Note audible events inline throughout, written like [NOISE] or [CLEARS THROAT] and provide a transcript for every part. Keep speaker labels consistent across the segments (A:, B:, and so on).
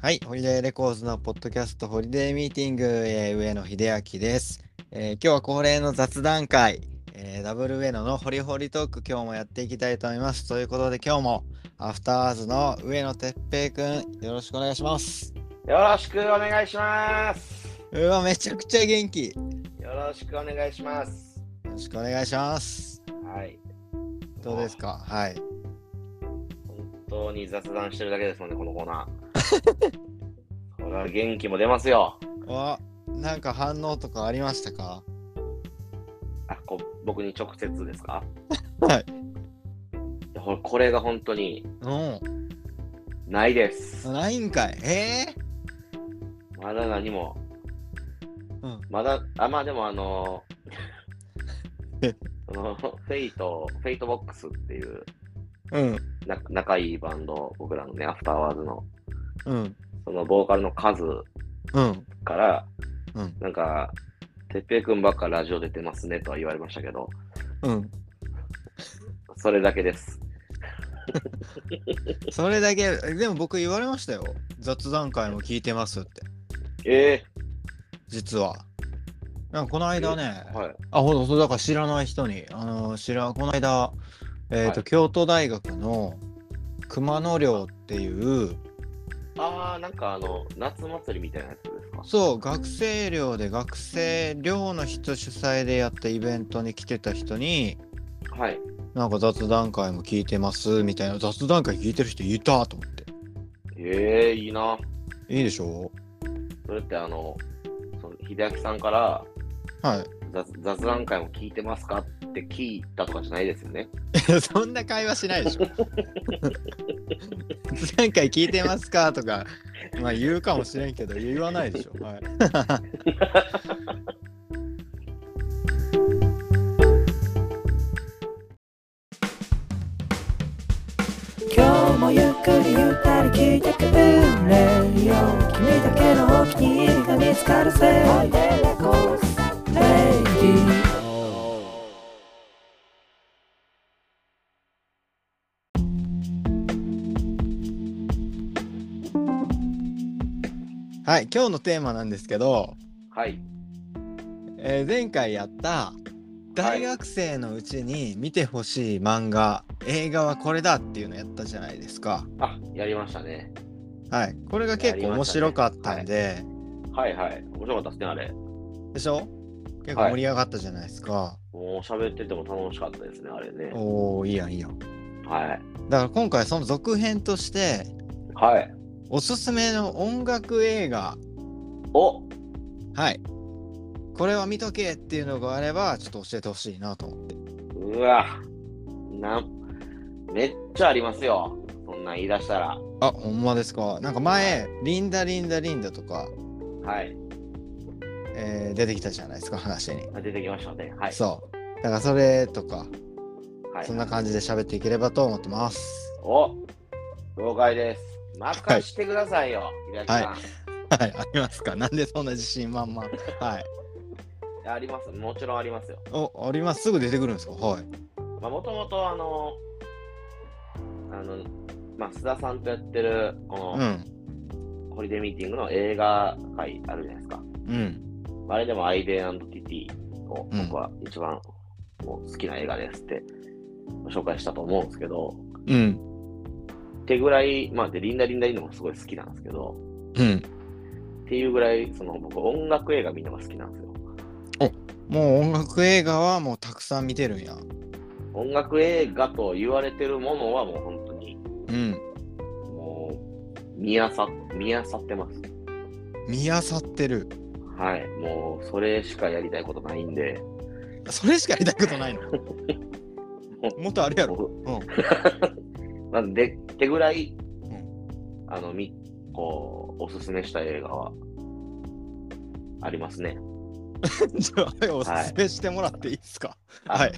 A: はい、ホリデーレコーズのポッドキャストホリデーミーティング、えー上野秀明です、えー今日は恒例の雑談会、えーダブル上野のホリホリトーク、今日もやっていきたいと思います。ということで今日もアフターアーズの上野哲平くん、よろしくお願いします。
B: よろしくお願いします。
A: うわ、めちゃくちゃ元気。よ
B: よろしくお願いします。
A: ろしくお願いします。
B: はい。
A: どうですかはい。
B: 本当に雑談してるだけですもんね、このコーナー。 [LAUGHS] これは元気も出ますよ。
A: わ、なんか反応とかありましたか
B: あ、こ僕に直接ですか
A: はい。
B: やほこれが本当に
A: う
B: ないです
A: ん。。ないんかい。え
B: まだ何も。
A: ー、うん。
B: まだ、あ、まあでもあの [LAUGHS]
A: え
B: そのフェイト、フェイトボックスっていう
A: うん。
B: な仲いいバンド、僕らのね、アフターワーズの、
A: うん。
B: そのボーカルの数
A: うん。
B: から、
A: うん
B: なんか、てっぺいくんばっかラジオ出てますねとは言われましたけど、
A: うん。
B: それだけです。
A: それだけ、でも僕言われましたよ。雑談会も聞いてますって、
B: え
A: 実は。なんかこの
B: え
A: 間ね、
B: はい。
A: あ、ほんと、そうだから知らない人に、あの、知ら、この間、えっ、と、
B: はい
A: 京都大学の熊野寮っていう、
B: あー、なんかあの、夏祭りみたいなやつですか。
A: そう、学生寮で学生寮の人主催でやったイベントに来てた人に、
B: はい。
A: なんか雑談会も聞いてますみたいな、雑談会聞いてる人いたと思って。
B: ええいいな。
A: いいでしょ
B: それってあの、その秀明さんから
A: うはい。
B: 雑雑談会も聞いてますかって聞いたとかじゃないですよね。
A: そんな会話しないでしょ。 [LAUGHS] 何回聞いてますかとか、まあ言うかもしれんけど、言わないでしょ。はい、
C: 今日もゆっくりゆったり聞いてくれよ君だけのお気に入りが見つかるぜレイディ
A: はい、今日のテーマなんですけど、
B: はい。
A: えー前回やった大学生のうちに見てほしい漫画、映画はこれだっていうのやったじゃないですか。
B: あ、やりましたね。
A: はい、これが結構面白かったんで、
B: はいはい。面白かったですね、あれ。
A: でしょ結構盛り上がったじゃないですか。
B: もう喋ってても楽しかったですね、あれね。
A: おー、いいやんいいやん。
B: はい。
A: だから今回その続編として、
B: はい。
A: おすすめの音楽映画
B: お
A: はいこれは見とけっていうのがあればちょっと教えてほしいなと思って
B: うわ、なん、めっちゃありますよ。そんなん言い出したら。
A: あほんまですかなんか前「リンダリンダリンダ」とか、
B: はい。
A: えー出てきたじゃないですか話に、
B: あ出てきましたね。はい。
A: そうだからそれとか、
B: はい、
A: そんな感じで喋っていければと思ってます
B: お了解です。任してくださいよ、平木さん。
A: はいはいありますかなんでそんな自信満々 [LAUGHS] はい
B: あります。もちろんありますよ。
A: おありますすぐ出てくるんですかはい
B: まあ、もともと、あの、あの、まあ、須田さんとやってる、こ
A: う
B: の、
A: ん
B: ホリデーミーティングの映画会あるじゃないですか。
A: うん
B: あれでも、アイデアティティを、僕は一番、もう好きな映画ですって、紹介したと思うんですけど、
A: うん
B: ってぐらい、まあ、で、リンダリンダリンダもすごい好きなんですけど、
A: うん
B: っていうぐらい、その僕、音楽映画見るのが好きなんですよ。
A: もう音楽映画はもうたくさん見てるんや
B: 音楽映画と言われてるものはもう本当に、
A: うん
B: もう、見あさ、見あさってます。
A: 見あさってる
B: はい。もう、それしかやりたいことないんで、
A: それしかやりたいこと [LAUGHS] ないのもっとあるやろ。
B: 僕、
A: うん。 [LAUGHS]
B: なんで、ってぐらい、
A: ん
B: あの、み、こう、おすすめした映画は、ありますね。
A: じゃあ、はい、おすすめしてもらっていいですか。
B: あ
A: はい。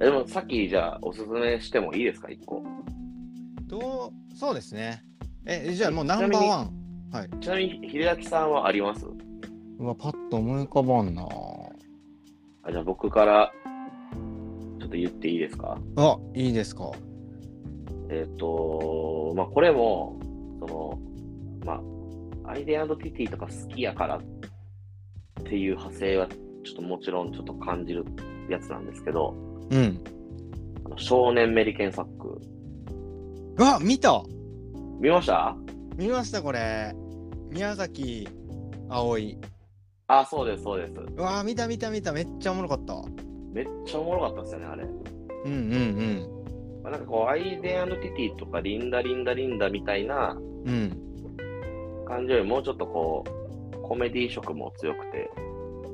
B: でも、さっき、じゃあ、おすすめしてもいいですか、一個。
A: どう、そうですね。え、じゃあもうナンバーワン。
B: ちなみに、秀明さんはあります
A: うわ、パッと思い浮かばんな。
B: あじゃあ僕からちょっと言っていいですか
A: あ、いいですか。
B: えっ、とまあこれもそのまあアイデアンドティティとか好きやからっていう派生はちょっともちろんちょっと感じるやつなんですけど、
A: うん。
B: あの少年メリケンサック。
A: うわ、見た
B: 見ました
A: 見ました、これ。宮崎葵。
B: あ、そうです、そうです。
A: うわ、見た見た見た。めっちゃおもろかった。
B: めっちゃおもろかったですよね、あれ。
A: うんうん
B: まあなんかこう、アイデアンドティティとかリンダリンダリンダみたいな
A: うん。うん。
B: 感じよりもうちょっとこう、コメディ色も強くて、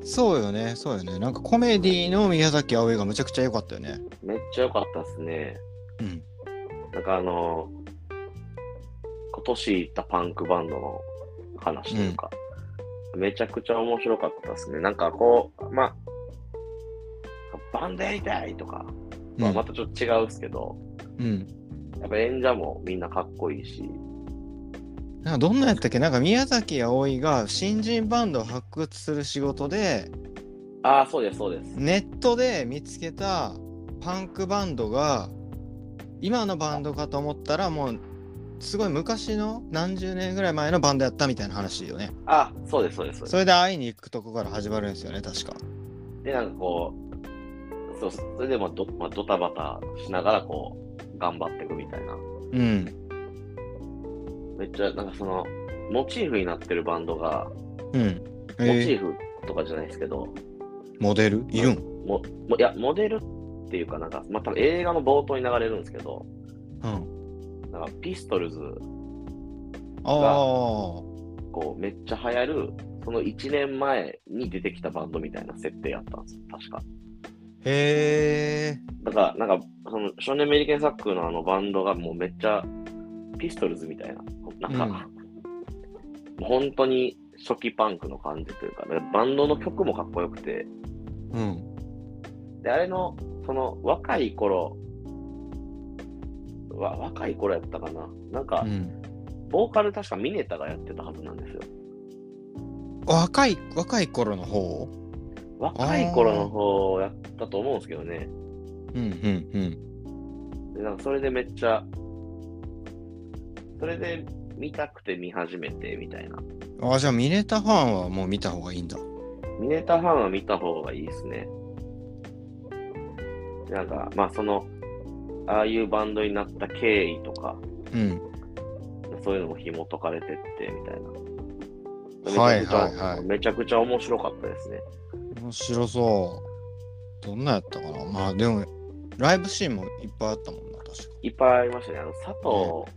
A: そうよね、そうよね。なんかコメディの宮崎葵がむちゃくちゃ良かったよね。
B: めっちゃ良かったですね。
A: うん。
B: なんかあの今年行ったパンクバンドの話というか、めちゃくちゃ面白かったですね。なんかこう、まあ、バンドやりたいとか、まあ、またちょっと違うんですけど、
A: うん。
B: やっぱ演者もみんなかっこいいし、
A: なんかどんなんやったっけなんか宮崎葵が新人バンドを発掘する仕事で、
B: ああ、そうです、そうです。
A: ネットで見つけたパンクバンドが今のバンドかと思ったらもうすごい昔の何十年ぐらい前のバンドやったみたいな話よね。
B: あそうです、そうです。そう
A: そ
B: で
A: れで会いに行くとこから始まるんですよね、確か。
B: すで、なんかこう、そうそれでまあど、まあ、ドタバタしながらこう、頑張っていくみたいな。
A: うん。
B: めっちゃ、なんかその、モチーフになってるバンドが、
A: うん。え
B: モチ
A: ー
B: ーフとかじゃないですけど、
A: モデルいるん
B: ももいや、モデルっていうか、なんか、まあ、多分映画の冒頭に流れるんですけど、
A: うん。
B: なんかピストルズ、
A: ああ。
B: こう、めっちゃ流行る、その1年前に出てきたバンドみたいな設定やったんですよ、確か。
A: へえ。
B: だから、なんか、その、少年メリケンサックのあのバンドがもうめっちゃ、ピストルズみたいな、なんか、
A: うん
B: もう本当に初期パンクの感じというか、だからバンドの曲もかっこよくて、
A: うん。
B: で、あれの、その、若い頃、わ若い頃やったかな。なんか
A: う、ん。
B: ボーカル確かミネタがやってたはずなんですよ。
A: 若い、若い頃の方
B: 若い頃の方をやったと思うんですけどね。
A: うんうんうん。
B: でなんかそれでめっちゃ、それで見たくて見始めてみたいな。
A: ああ、じゃあミネタファンはもう見た方がいいんだ。
B: ミネタファンは見た方がいいですね。でなんか、まあその、ああいうバンドになった経緯とか、
A: うん。
B: そういうのも紐解かれてってみたいな。
A: はいはいはい
B: めちゃくちゃ面白かったですね。
A: 面白そう。どんなやったかなまあでも、ライブシーンもいっぱいあったもんな、確か。
B: いっぱいありましたね。あの、佐藤、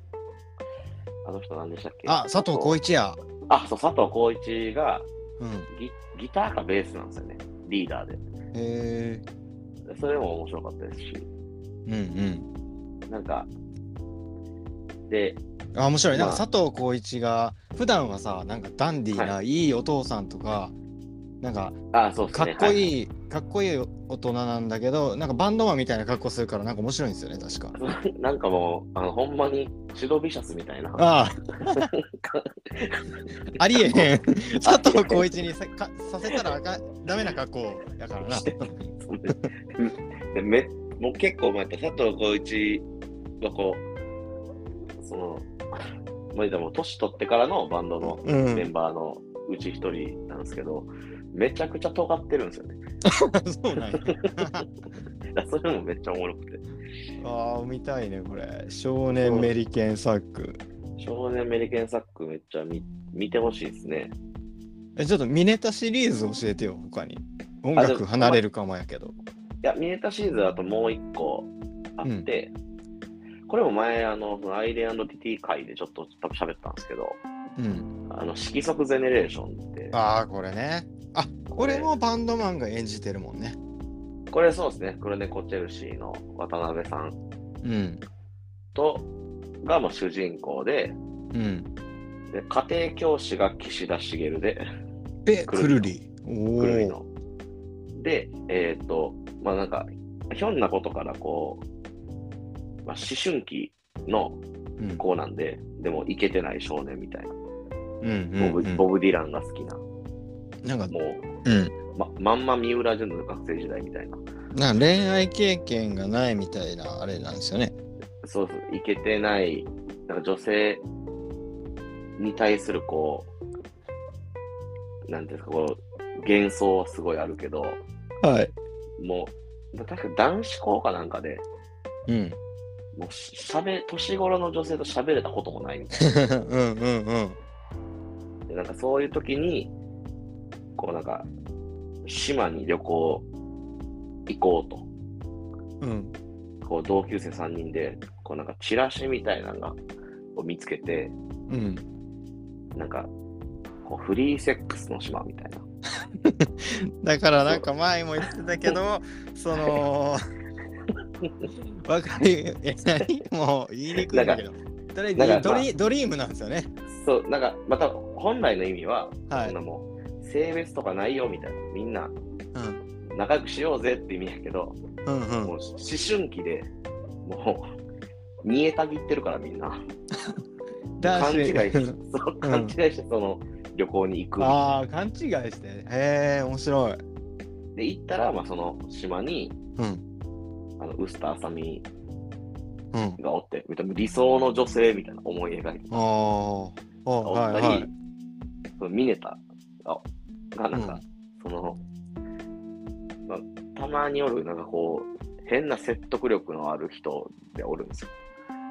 B: あの人何でしたっけ
A: あ、佐藤浩
B: 一。
A: 市や。
B: あ、そう、佐藤浩一が
A: うん。
B: ギギターかベースなんですよね。リーダーで。
A: へえ。
B: それも面白かったですし、
A: うんうん。
B: なんか、で、
A: あ、面白い。なん
B: ま
A: か
B: あ
A: 佐藤浩市が、普段はさ、なんかダンディーな、、
B: はい
A: いお父さんとか、なんか
B: あ、そうです
A: か
B: ね。
A: っこ
B: はい
A: いい、かっこいい大人なんだけど、なんかバンドマンみたいな格好するから、なんか面白いんですよね、確か。
B: はい。 [LAUGHS] なんかもう、あのほんまに白ビシャスみたいな。
A: [LAUGHS] あ
B: なんか
A: あ、ありえへん。 [LAUGHS] 佐藤浩市にさかさせたらあかんダメな格好だからな。
B: そんで [LAUGHS] でめもう結構前やった佐藤浩市はこうそのまあ言うたらもう年取ってからのバンドの
A: う [LAUGHS]
B: メン
A: ん。
B: バーのうち一人なんですけど、めちゃくちゃ尖ってるんですよね。
A: そうなんや。
B: だからそれもめっちゃおもろくて。
A: ああ、見たいね、これ。少年メリケンサック。
B: 少年メリケンサックめっちゃ見見てほしいですね。
A: え、ちょっとミネタシリーズ教えてよ、他に。音楽離れるかもやけど。
B: いや、ミネタシリーズだともう一個あって、これも前、あの、そのアイデアンドティティ会でちょっと多分喋ったんですけど、
A: うん。
B: あの、色即ゼネレーションって、
A: ああ、これね。あ、これもバンドマンが演じてるもんね。
B: これそうですね、黒猫チェルシーの渡辺さん
A: うん。
B: と、がもう主人公で、
A: うん。
B: で家庭教師が岸田茂で、
A: で、
B: く
A: く
B: る
A: る
B: り
A: り。
B: く
A: お
B: るり
A: お。
B: の。で、えっ、と、まあなんか、ひょんなことからこう、まあ、思春期の
A: うん
B: 子なんで、でもイケてない少年みたいな、
A: うん
B: ボブ,、
A: うん
B: ボブディランが好きな、
A: なんか、
B: も
A: うん。
B: う、ま、まんま三浦淳の学生時代みたいな、
A: なんか恋愛経験がないみたいなあれなんですよね。
B: そうそう、イケてない、なんか女性に対するこう、なんていうんですか、こう、幻想はすごいあるけど、
A: はい。
B: もう、まあ確か男子校かなんかで、
A: うん。
B: もうししゃべ、年頃の女性と喋れたこともないみた
A: う
B: い
A: んうんうん。
B: な。でなんかそういう時に、こうなんか、島に旅行行こうと。
A: うん。
B: こう同級生3人で、こうなんかチラシみたいなのがを見つけて、
A: うん。
B: なんか、こうフリーセックスの島みたいな。
A: だからなんか前も言ってたけど、その、わかる。え、何もう言いにくいんだけど。とりあえず
B: なんか
A: ド
B: まあ
A: リドリームなんですよね。
B: そう、なんか、また本来の意味は、
A: はい
B: そんなもう、性別とかないよみたいな、みんな
A: うん。
B: 仲良くしようぜって意味やけど、
A: うんうん。
B: もう思春期でもう、煮えたぎってるからみんな。
A: 男
B: 勘違い
A: 子
B: して、 [LAUGHS] そう勘違いして、その旅行に行く。
A: ああ、勘違いして。へえ、面白い。
B: で、行ったら、まあ、その島に、
A: うん。
B: あの、臼田あさみ
A: うん。
B: がおって、みたいな理想の女性みたいな思い描いて
A: あーあ。
B: おった
A: は
B: り、
A: いはい。
B: そのミネタが、がなんか、
A: うん
B: その、まあ、たまにおる、なんかこう、変な説得力のある人でおるんですよ。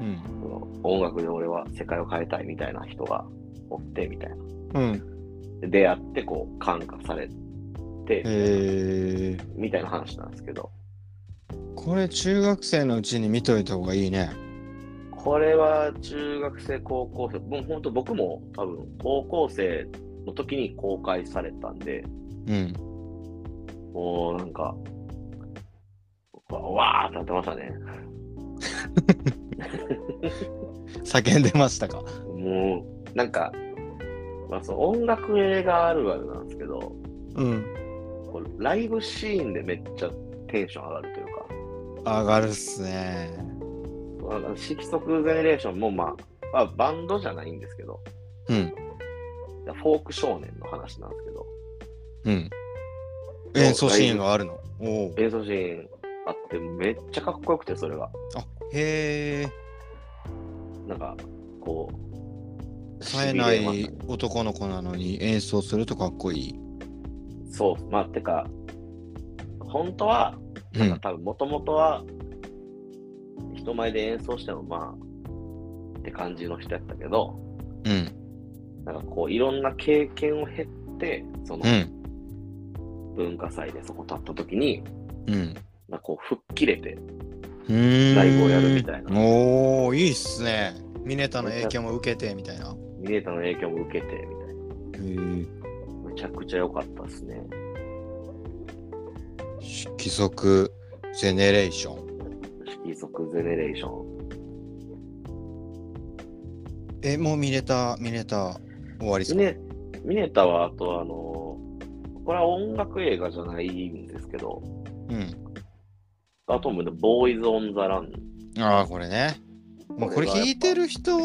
A: うん。
B: その音楽で俺は世界を変えたいみたいな人がおって、みたいな。
A: うん。
B: で出会って、こう、感化されて、
A: えー、
B: みたいな話なんですけど、
A: これ中学生のうちに見といた方がいいね。
B: これは中学生、高校生、もう本当僕も多分高校生の時に公開されたんで、
A: うん。
B: もうなんか、わーってなってましたね。
A: 叫んでましたか。
B: もう、なんか、まあ、そう音楽映画あるあるなんですけど、
A: うん。
B: こうライブシーンでめっちゃテンション上がるというか
A: 上がるっすね。
B: そう、なんか色即ゼネレーションも、まあ、まあ、バンドじゃないんですけど、
A: うん。
B: フォーク少年の話なんですけど、
A: うん。演奏シーンがあるの。おお。
B: 演奏シーンあって、めっちゃかっこよくて、それが。
A: あへえ。
B: なんか、こう、
A: 冴え
B: 痺
A: な
B: れまし
A: い
B: たね
A: 男の子なのに演奏するとかっこいい。
B: そう、まあ、てか、本当は、
A: う
B: まあ
A: ん。
B: 多分もともとは人前で演奏してもまあって感じの人やったけど
A: うん。
B: なんかこういろんな経験を経ってその
A: うん。
B: 文化祭でそこ立った時に、
A: うん。
B: なんかこう吹っ切れて
A: ラ
B: イブをやるみたいな
A: おおいいっすね。ミネタの影響も受けてみたいな。
B: ミネタの影響も受けてみたいなめちゃくちゃ良かったですね
A: 色即ゼネレーション。
B: 色即ゼネレーション
A: え、もうミネタ、ミネタ終わりっす
B: ミ
A: か、
B: ネミネタはあとあのこれは音楽映画じゃないんですけどあともうボーイズ・オン・ザ・ラン
A: うん。ああ、これね。もうこ
B: これ
A: れ
B: がやっぱ
A: 聞いてる人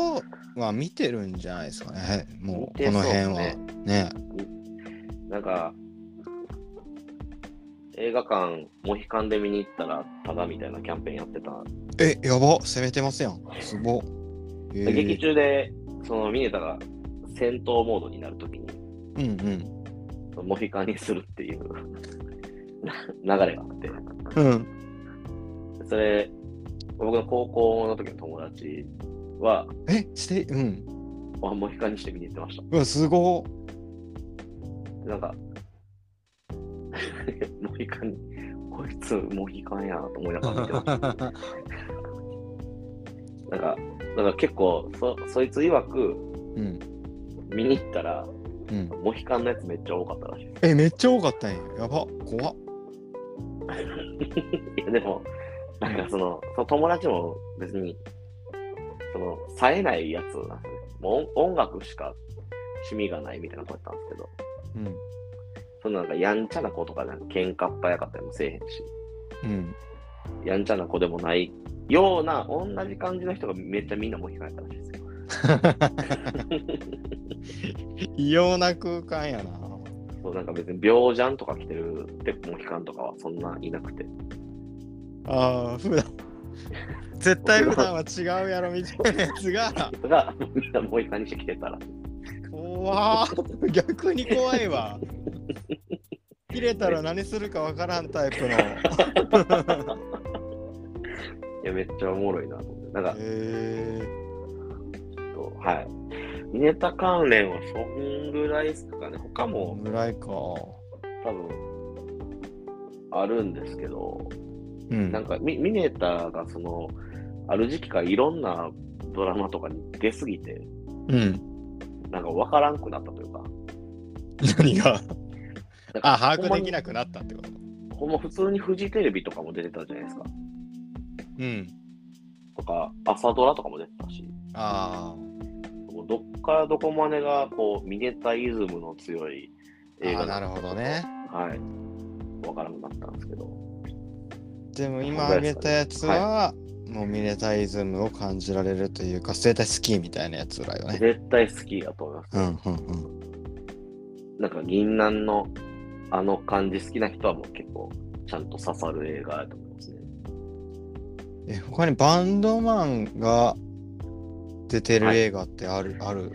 A: は見てるんじゃないですかね。もうこの辺は。
B: 見てそうっす
A: ね
B: なんか、映画館、モヒカンで見に行ったら、ただみたいなキャンペーンやってた。
A: え、やば、攻めてますやん。すごっ。え
B: で劇中で、そのミネタが戦闘モードになるときに、
A: うんうん。
B: モヒカンにするっていう [LAUGHS] な流れがあって、
A: うん。
B: それ、僕の高校の時の友達は、
A: え、して、うん。
B: あモヒカンにして見に行ってまし
A: うわ、すご
B: [LAUGHS]
A: っ。
B: た。なんか、 [LAUGHS] モヒカンに、こいつモヒカンやなと思いながら見てました。なんか、だから結構、そそいつ曰く、
A: うん。
B: 見に行ったら、
A: うん。
B: モヒカンのやつめっちゃ多かったらしい。
A: え、めっちゃ多かったんや。やば、怖っ。
B: いや、でも、なんかその、その友達も別に、その、冴えないやつなんですよね。もう音音楽しか趣味がないみたいな子やったんですけど、
A: うん。
B: そのなんかやんちゃな子とかなんか喧嘩っ早かったりもせえへんし、
A: うん。
B: [LAUGHS] やんちゃな子でもないような、同じ感じの人がめっちゃみんなモヒカンやったらしいですよ。
A: 異様な空間やな。
B: そう、なんか別に病ジャンとか着てるってモヒカンとかはそんないなくて。
A: ああ、普段。絶対普段は違うやろみたいなやつが。
B: が、みんなモヒカンにしてきてたらしい。
A: 怖ー [LAUGHS] 逆に怖いわ。 [LAUGHS] 切れたら何するかわからんタイプの。
B: いや、めっちゃおもろいなと思って。なんか、
A: え
B: ちょっと、はい。ネタ関連はそんぐらいですかね。他
A: ー、こ
B: も
A: んぐらいか。
B: 多分、あるんですけど、
A: うん。
B: なんかミ、ミネタがその、ある時期からいろんなドラマとかに出すぎて、
A: うん。
B: なんか分からんくなったというか、
A: 何が [LAUGHS]
B: なんか
A: あ、把握できなくなったってこと。
B: ほんま普通にフジテレビとかも出てたじゃないですか。
A: うん。
B: とか、朝ドラとかも出てたし、
A: あ
B: もうどっからどこまでが、こう、ミネタイズムの強い
A: ー
B: 映
A: あ
B: 画
A: ー、なるほどね。。
B: はい。分からなくなったんですけど。
A: でも今挙げたやつは、もうミネタイズムを感じられるというか、生態好きみたいなやつらよね。
B: 絶対好きだと思います。
A: うんうんうん。
B: なんか銀杏のあの感じ好きな人はもう結構ちゃんと刺さる映画だと思いますね。
A: え、他にバンドマンが出てる映画ってある、ある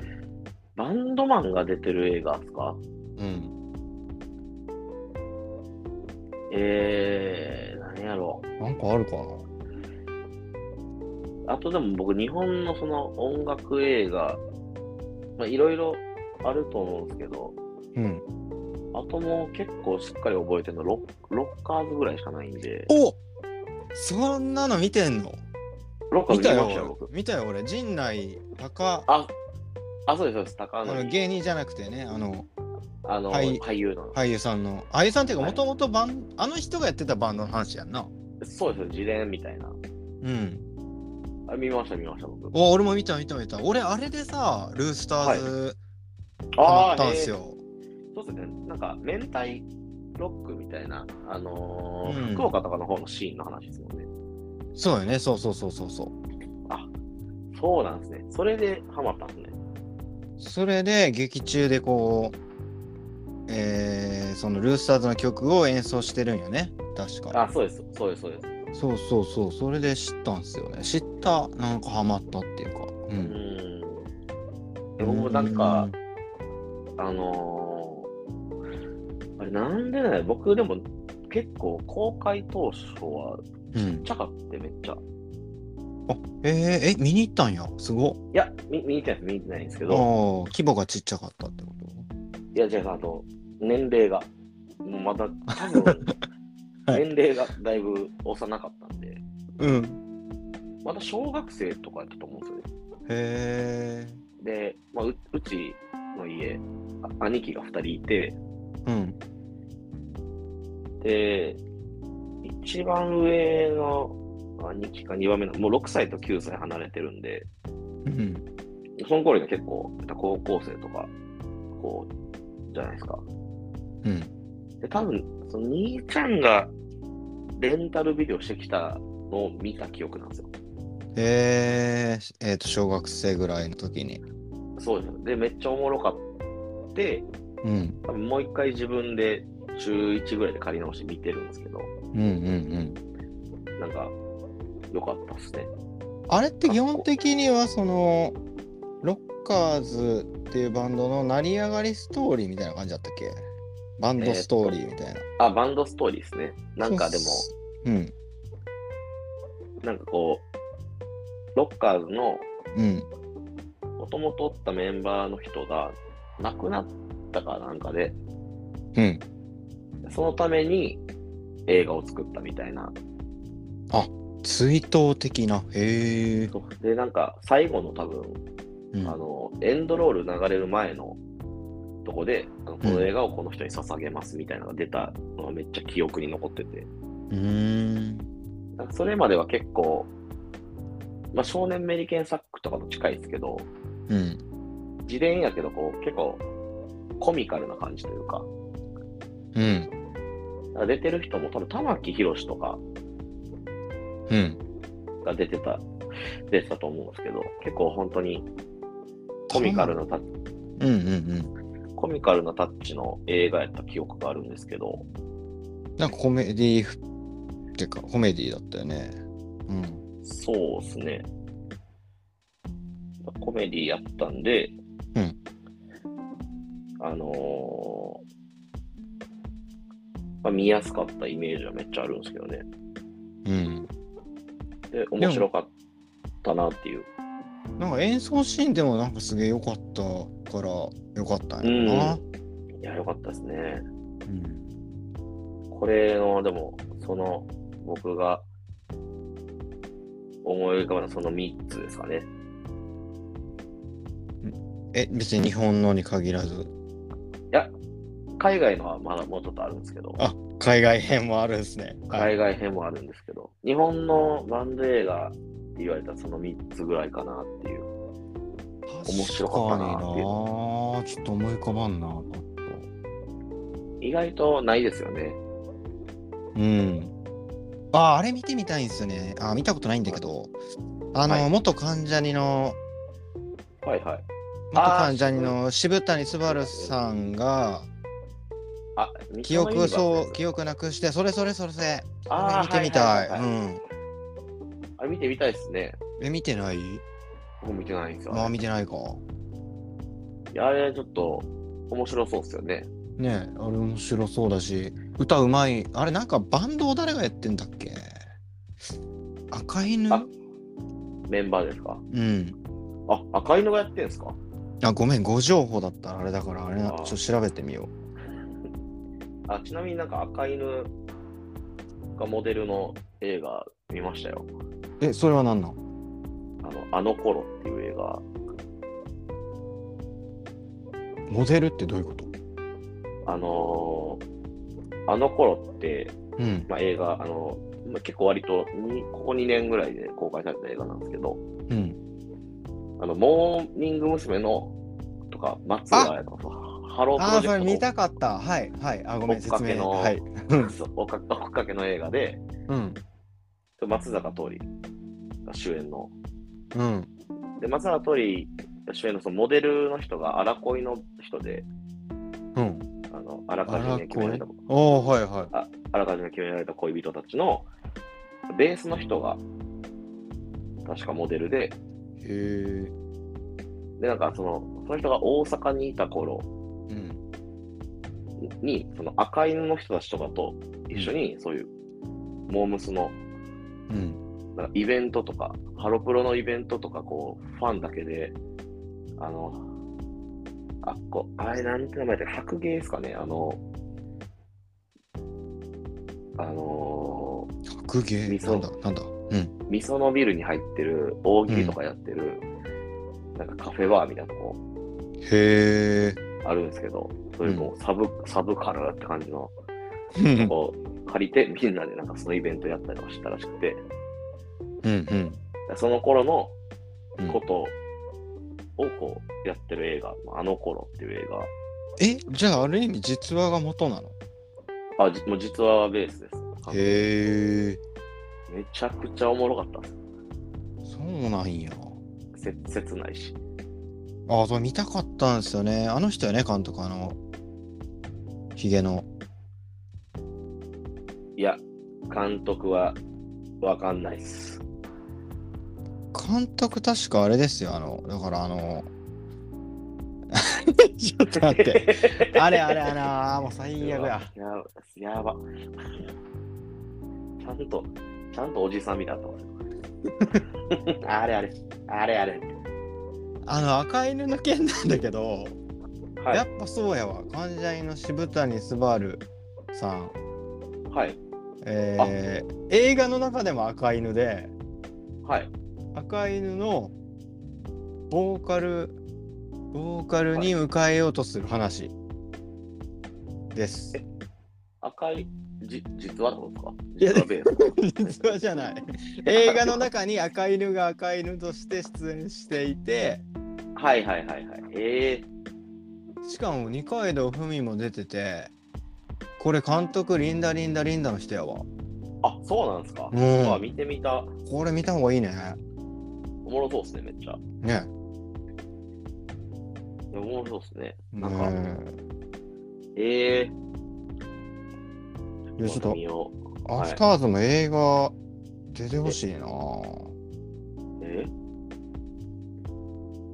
B: バンドマンが出てる映画ですか
A: うん。
B: えー、何やろ
A: なんかあるかな
B: う。あとでも僕日本のその音楽映画、まあいろいろあると思うんですけど、
A: うん。
B: あともう結構しっかり覚えてるのロッロッカーズぐらいしかないんで、
A: おそんなの見てんの
B: ロッカー
A: 見
B: ズ
A: た
B: 見ましたよ、
A: よ
B: 僕。。
A: 見たよ、俺。陣内高、
B: あ、あ、そうです、そうです、高
A: あ
B: 野
A: の
B: に、
A: 芸人じゃなくてね、あの、
B: あの、
A: はい
B: 俳優の。
A: 俳優さんの。俳優さんっていうか、
B: は
A: も
B: い
A: ともとバン、あの人がやってたバンドの話やんな。
B: そうです、自伝みたいな。
A: うん。
B: あ見ました、見ました、僕。
A: お、俺も見た見た見た。俺、あれでさ、ルースターズハマ
B: ああ
A: ったん
B: ー、
A: す
B: へー
A: よ。
B: そうですね。なんか、明太ロックみたいな、あのー
A: うん
B: 福岡とかの方のシーンの話ですもんね。
A: そうよね、そうそうそうそうそう。
B: そうなんですね。それでハマったんですね。
A: それで、劇中でこう、えー、そのルースターズの曲を演奏してるんよね、確か。
B: あ、そうです、そうです、そうです。
A: そうそうそう、それで知ったんすよね。知った、なんかハマったっていうか。う。
B: うんん。で僕もなんか
A: う、
B: あのーあれ、なんでだよ。僕でも、結構、公開当初は、
A: ん、うん。
B: ちゃかってめっちゃ。い
A: あえー、え、見に行ったんや。すごっ。
B: や、見見てないです、見てないんですけ
A: ああ
B: ど、、
A: 規模がちっちゃかったってこと
B: いや、違う、あと、年齢が、もうまた、多分、
A: [LAUGHS] はい
B: 年齢がだいぶ幼かったんで、
A: うん。
B: まだ小学生とかやったと思うんですよね。
A: へえ。
B: で、まあ、ううちの家、あ兄貴が2人いて、
A: うん。
B: で、一番上の兄貴か2番目の、もう6歳と9歳離れてるんで、
A: うん。
B: その頃には結構、高校生とか、こう、じゃないですか。
A: うん。
B: で、多分、その兄ちゃんがレンタルビデオしてきたのを見た記憶なんですよ。
A: へーえっ、と、小学生ぐらいの時に。
B: そうです。で、めっちゃおもろかって、
A: うん。
B: 多分もう一回自分で中1ぐらいで借り直して見てるんですけど、
A: うんうんうん。
B: なんか、良かったっすね。
A: あれって基本的には、その、ロッカーズっていうバンドの成り上がりストーリーみたいな感じだったっけバンドストーリーみたいな。
B: あ、バンドストーリーですね。なんかでも、
A: うん。
B: なんかこう、ロッカーズの
A: うん。
B: 元々おったメンバーの人が亡くなったかなんかで、
A: うん。
B: そのために映画を作ったみたいな。
A: 追悼的な。へえ。
B: そうで、なんか最後の多分、
A: うん
B: あの、エンドロール流れる前のとこで、あのこの映画をこの人に捧げますみたいなのが出たのがめっちゃ記憶に残ってて、
A: うーん。
B: なんかそれまでは結構、まあ、少年メリケンサックとかと近いですけど、
A: うん。
B: 自伝やけどこう結構コミカルな感じというか、
A: うん。
B: なんか出てる人も多分玉木宏とか
A: うん。
B: が出てた、出てたと思うんですけど、結構本当にコミカルなタッ
A: うんうんうん。
B: コミカルなタッチの映画やった記憶があるんですけど、
A: なんかコメディーってか、コメディーだったよね。うん。
B: そうですね。コメディやったんで、
A: うん
B: あのーまあ、見やすかったイメージはめっちゃあるんですけどね。
A: うん。
B: で、面白かったなっていう。
A: なんか演奏シーンでもなんかすげえ良かったから良かったんやろな。
B: いや、よかったですね。
A: うん。
B: これの、でも、その、僕が思い浮かべたその3つですかね。
A: え、別に日本のに限らず。
B: 海外のはまだもうちょっとあるんですけど、
A: あ、海外編もあるんですね。外。
B: 海外編もあるんですけど、日本のバンド映画って言われたらその3つぐらいかなっていう。面白かったな
A: 確かになちょっと思い浮かばんなパッと
B: 意外とないですよね。
A: うん。あ、あれ見てみたいんですよね。あ、見たことないんだけど。あの、
B: はい
A: 元関ジャニの、
B: はいはい。
A: 元関ジャニの渋谷昴さんが、
B: あ、
A: 記憶をそう、記
B: 憶。
A: 憶なくして、それそれそれそれ。
B: あ
A: あ
B: ー
A: れ見てみたい。
B: はは
A: う
B: はは
A: ん。
B: あれ見てみたいですね。
A: え、見てない
B: 僕見てないんですよ。
A: まあ、見てないか。
B: いやあれちょっと面白そうですよね。
A: ねえ、あれ面白そうだし、歌うまい。あれ、なんかバンドを誰がやってんだっけ赤犬
B: あメンバーですか。
A: うん。
B: あ、赤犬がやってんですか
A: あ、ごめん、誤情報だったらあれだから、あれな、
B: あ
A: ち
B: ー
A: ょっと調べてみよう。
B: あ、ちなみになんか赤犬がモデルの映画見ましたよ。
A: え、それは何なの
B: あの、あの頃っていう映画。
A: モデルってどういうこと
B: あのーあの頃って、
A: うん。
B: まあ、映画、あのまあ結構割とにここ2年ぐらいで公開された映画なんですけど、
A: うん。
B: あの、モーニング娘。のとか、松浦やとか、ハロープ
A: あ
B: ロ
A: あ、
B: ジ
A: それ見
B: ェク
A: たかった。はい、はい。あ、ごめん、
B: 追っか
A: 説
B: け
A: 明。
B: の
A: はい。
B: トの追っか追っかけの映画で、
A: うん。
B: 松坂桃李が主演の。
A: うん。
B: で、松坂桃李が主演のそのモデルの人が荒恋の人で、
A: うん。
B: あの、あらかじめ決められた、
A: おー、はい、はい。
B: ああらかじめ決められた恋人たちの、ベースの人が、確かモデルで、
A: へえ。
B: で、なんかその、その人が大阪にいた頃
A: うん。
B: に、その赤犬の人たちとかと一緒に、そういう、モームスの、
A: うん。
B: なんかイベントとか、ハロプロのイベントとか、こう、ファンだけで、あの、あっこ、あれ、なんて名前だっけ白芸ですかね、あの、あの
A: 格ゲ
B: み
A: ー。な
B: そ
A: んだ、なんだ。うん。
B: ー、みそのビルに入ってる、大喜利とかやってる、なんかカフェバーみたいなとこ
A: へえ。
B: あるんですけど、そういうもうサブ、サブカルって感じの、
A: うん。
B: こう、借りて、みんなでなんかそのイベントやったりとかしてたらしくて、
A: うん。
B: その頃の
A: うん
B: ことをこうやってる映画、あの頃っていう映
A: え、じゃあ、ある意味、実話が元なの
B: 画、あじもう実話はベースです。
A: へえ。
B: めちゃくちゃおもろかったです。
A: そうなんや。
B: せ切ないし。
A: ああ、それ見たかったんですよね。あの人やね、監督、あの、ヒゲの。
B: いや、監督はわかんないっす。
A: 監督、確かあれですよ、あの、だから、あの、ちょっと待
B: [LAUGHS]
A: って。あれあれあれあー、もう最悪や。
B: やば。やば。ちゃんと、ちゃんとおじさんみたいだった
A: [LAUGHS]
B: んですよあれあれ、あれあれ。
A: あの、赤犬の件なんだけど、
B: は
A: やっ
B: い。
A: ぱそうやわ。患者医の渋谷昴さん。
B: はい。
A: えー映画の中でも赤犬で、
B: はい。
A: 赤犬のボーカルボーカルに迎えようとする話です。
B: 赤い、じ、実話ってこと
A: いや
B: ですか実話ベース。
A: [LAUGHS] 実話じゃない。映画の中に赤犬が赤犬として出演していて、
B: はいはいはいはい。ええ
A: しかも二階堂ふみも出てて、これ監督リンダリンダリンダの人やわ。
B: あ、そうなんですか。
A: うん
B: あ見てみた。
A: これ見た方がいいね。
B: おもろそうっすね、めっちゃ。
A: ね。
B: おもろそうっすね。なんか、
A: ね
B: ええ
A: いやちょっと
B: 見よう
A: アフターズも映画出てほしいな。
B: え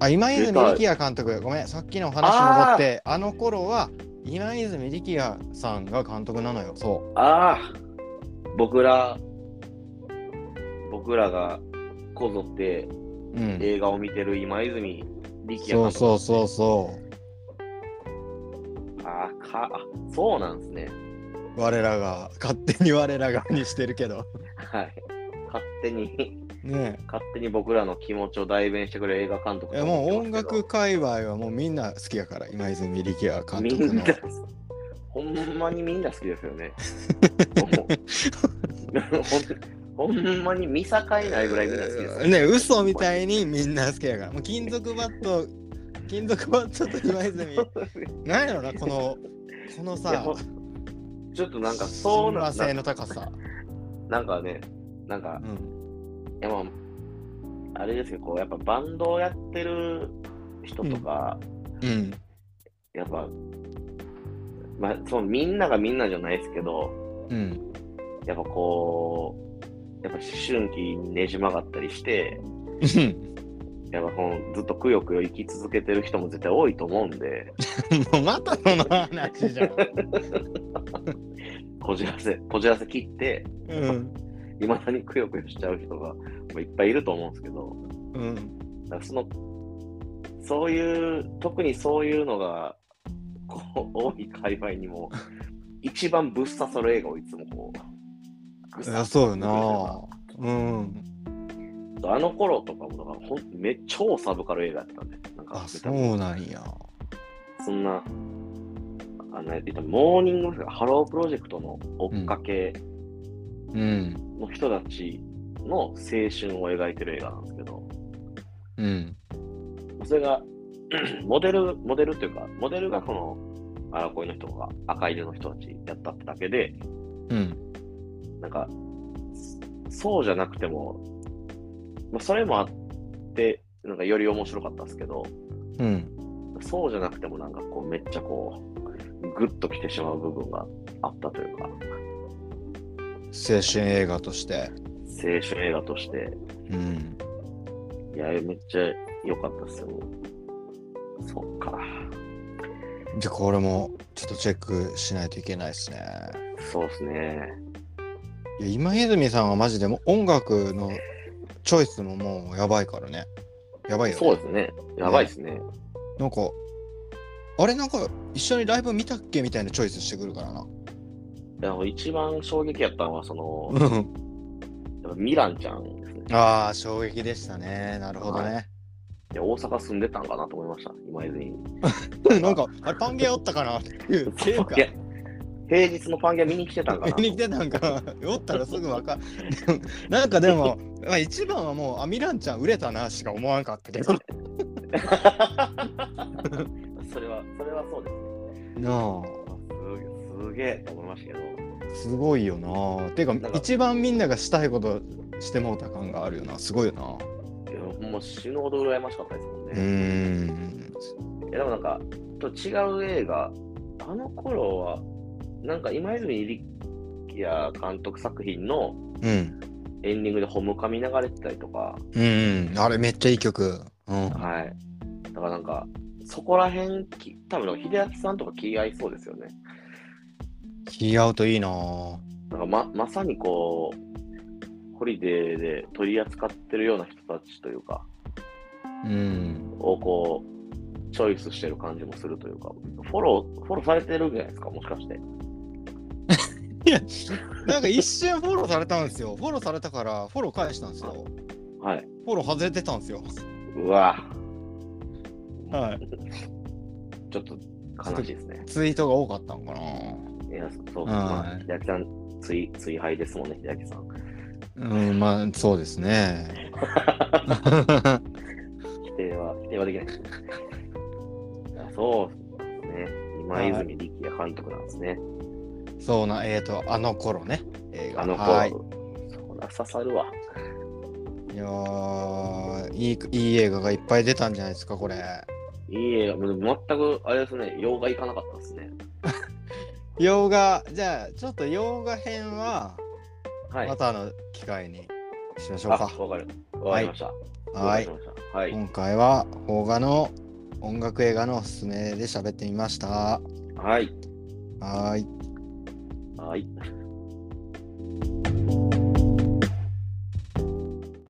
A: ああ今泉
B: 出たい
A: 力也監督、ごめん、さっきのお話戻って、あの頃は今泉力也さんが監督なのよ。そ
B: ああ、僕ら、僕らがこぞって
A: う。うん。
B: 映画を見てる今泉力也。
A: そうそうそううそ
B: ああ、か、あそうなんですね。
A: う。我らが、勝手に我らがにしてるけど。
B: はい。勝手に、
A: ね
B: 勝手に僕らの気持ちを代弁してくれる映画監督
A: え。いやもう音楽界隈はもうみんな好きやから、今泉力也
B: 監
A: 監督
B: みん
A: の
B: な。、ほんまにみんな好きですよね。ほんほんまに見境ないぐらいみんな好きですよ
A: ね嘘みたいにみんな好きやから。もう金属バット、金属バットと今泉、なんやろな、この、この
B: いや
A: さ、
B: ほちょっとなんかそ
A: 親和
B: うなんな
A: 性の高さ。
B: なんかね、なんか
A: う、ん
B: いやまあ、あれですけど、こうやっぱバンドをやってる人とか、
A: うん。
B: やっぱ、まあ、そのみんながみんなじゃないですけど、
A: うん。 [LAUGHS]
B: やっぱこう、やっぱ思春期にねじ曲がったりして、やっぱこのずっとくよくよ生き続けてる人も絶対多いと思うんで、
A: もうまたその話じゃん。
B: こじらせ、こじらせ切って、
A: うん。
B: いまだにくよくよしちゃう人がもういっぱいいると思うんですけど、
A: うん。
B: だからそのそういう特にそういうのがこう多い界隈にも一番ぶっ刺さる映画をいつもこうぐっ刺
A: あ
B: す
A: そうよな。うん。
B: あの頃とかもだからほんめ超サブカル映画だったんでなんか
A: あ、そうなんや。
B: そんなあの言ったらモーニング娘。ハロープロジェクトの追っかけ
A: うん。
B: の人たちの青春を描いてる映画なんですけど、
A: うん。
B: それが [CLEARS THROAT] モデル、モデルというか、モデルがこの荒恋の人が赤色の人たちやったってだけで、
A: うん。
B: なんか、そそうじゃなくても、まあ、それもあって、なんかより面白かったんですけど、
A: うん。
B: そうじゃなくてもなんかこう、めっちゃこう、グッときてしまう部分があったというか、
A: 青春映画として。
B: 青春映画として、
A: うん。
B: いや、めっちゃ良かったですよ。そっか。
A: じゃあこれもちょっとチェックしないといけないですね。
B: そうですね。
A: いや今泉さんはマジでもう音楽のチョイスももうやばいからね。やばいよ、ね。
B: そうですね。やばいですね。
A: なんか、あれなんか一緒にライブ見たっけみたいなチョイスしてくるからな。
B: でも一番衝撃やったのは、その、
A: うん。
B: やっぱミランちゃんですね。
A: ああ、衝撃でしたね。なるほどね。
B: いや大阪住んでたんかなと思いました、今泉に。
A: [LAUGHS] なんか、あれ、パンゲアおったかなっていう。っていうか
B: い、や平日のパンギャ見に来てたんか
A: 見 [LAUGHS]
B: な。
A: に
B: [LAUGHS]
A: 来てたんか、おったらすぐわかでも [LAUGHS] なんかでも、まあ、一番はもう、あ、ミランちゃん売れたなしか思わんかったけど。な
B: それは、それはそうですね。
A: あ、
B: すげすげえと思いましたけど、
A: すごいよな。ていう
B: なん
A: か、
B: か
A: 一番みんながしたいことしてもうた感があるよな。すごいよな。
B: いやほんま死ぬほど羨ましかったですもん
A: うー
B: ね。
A: ん。
B: いやでもなんか、ちょっと違う映画、あの頃は、なんか今泉力也監督作品の
A: うん。
B: エンディングでホムカミ流れてたりとか、
A: うん、うん。あれ、めっちゃいい曲。うん。
B: はい。だからなんか、そこら辺き、多分秀明さんとか気合いそうですよね。
A: 気合うといいな。
B: なんかままさにこう、ホリデーで取り扱ってるような人たちというか、
A: うん。
B: をこう、チョイスしてる感じもするというか、フォロー、フォローされてるんじゃないですか、もしかして。
A: なんか一瞬フォローされたんですよ。フォローされたから、フォロー返したんですよ。
B: はい。
A: フォロー外れてたんですよ。
B: うわ
A: はい。
B: ちょっと悲しいですね。
A: ツイートが多かったんか
B: いや、そそう、
A: はい
B: まあ、秀明さん、追、追敗ですもんね、秀明さん。
A: な。うん、まあ、そうです
B: [LAUGHS]
A: ね。
B: 否定は、否定はできないですね。いやそうですね。今泉力也監督なんですね。
A: そうな、えっ、と、あの頃ね。映画
B: あの
A: はい
B: 子、そら刺さるわ。
A: いやーいい、いい映画がいっぱい出たんじゃないですか、これ。
B: いい映画、もうでも全くあれですね、洋画行かなかったですね。
A: 洋画、じゃあ、ちょっと洋画編は、
B: はい。
A: またあの機会にしましょう
B: あ、
A: か。
B: わかる。わかりました。
A: はい
B: 了解しましたはい。
A: 今回は邦画の音楽映画のおすすめで喋ってみました。
B: はい。
A: はーい。
B: はい。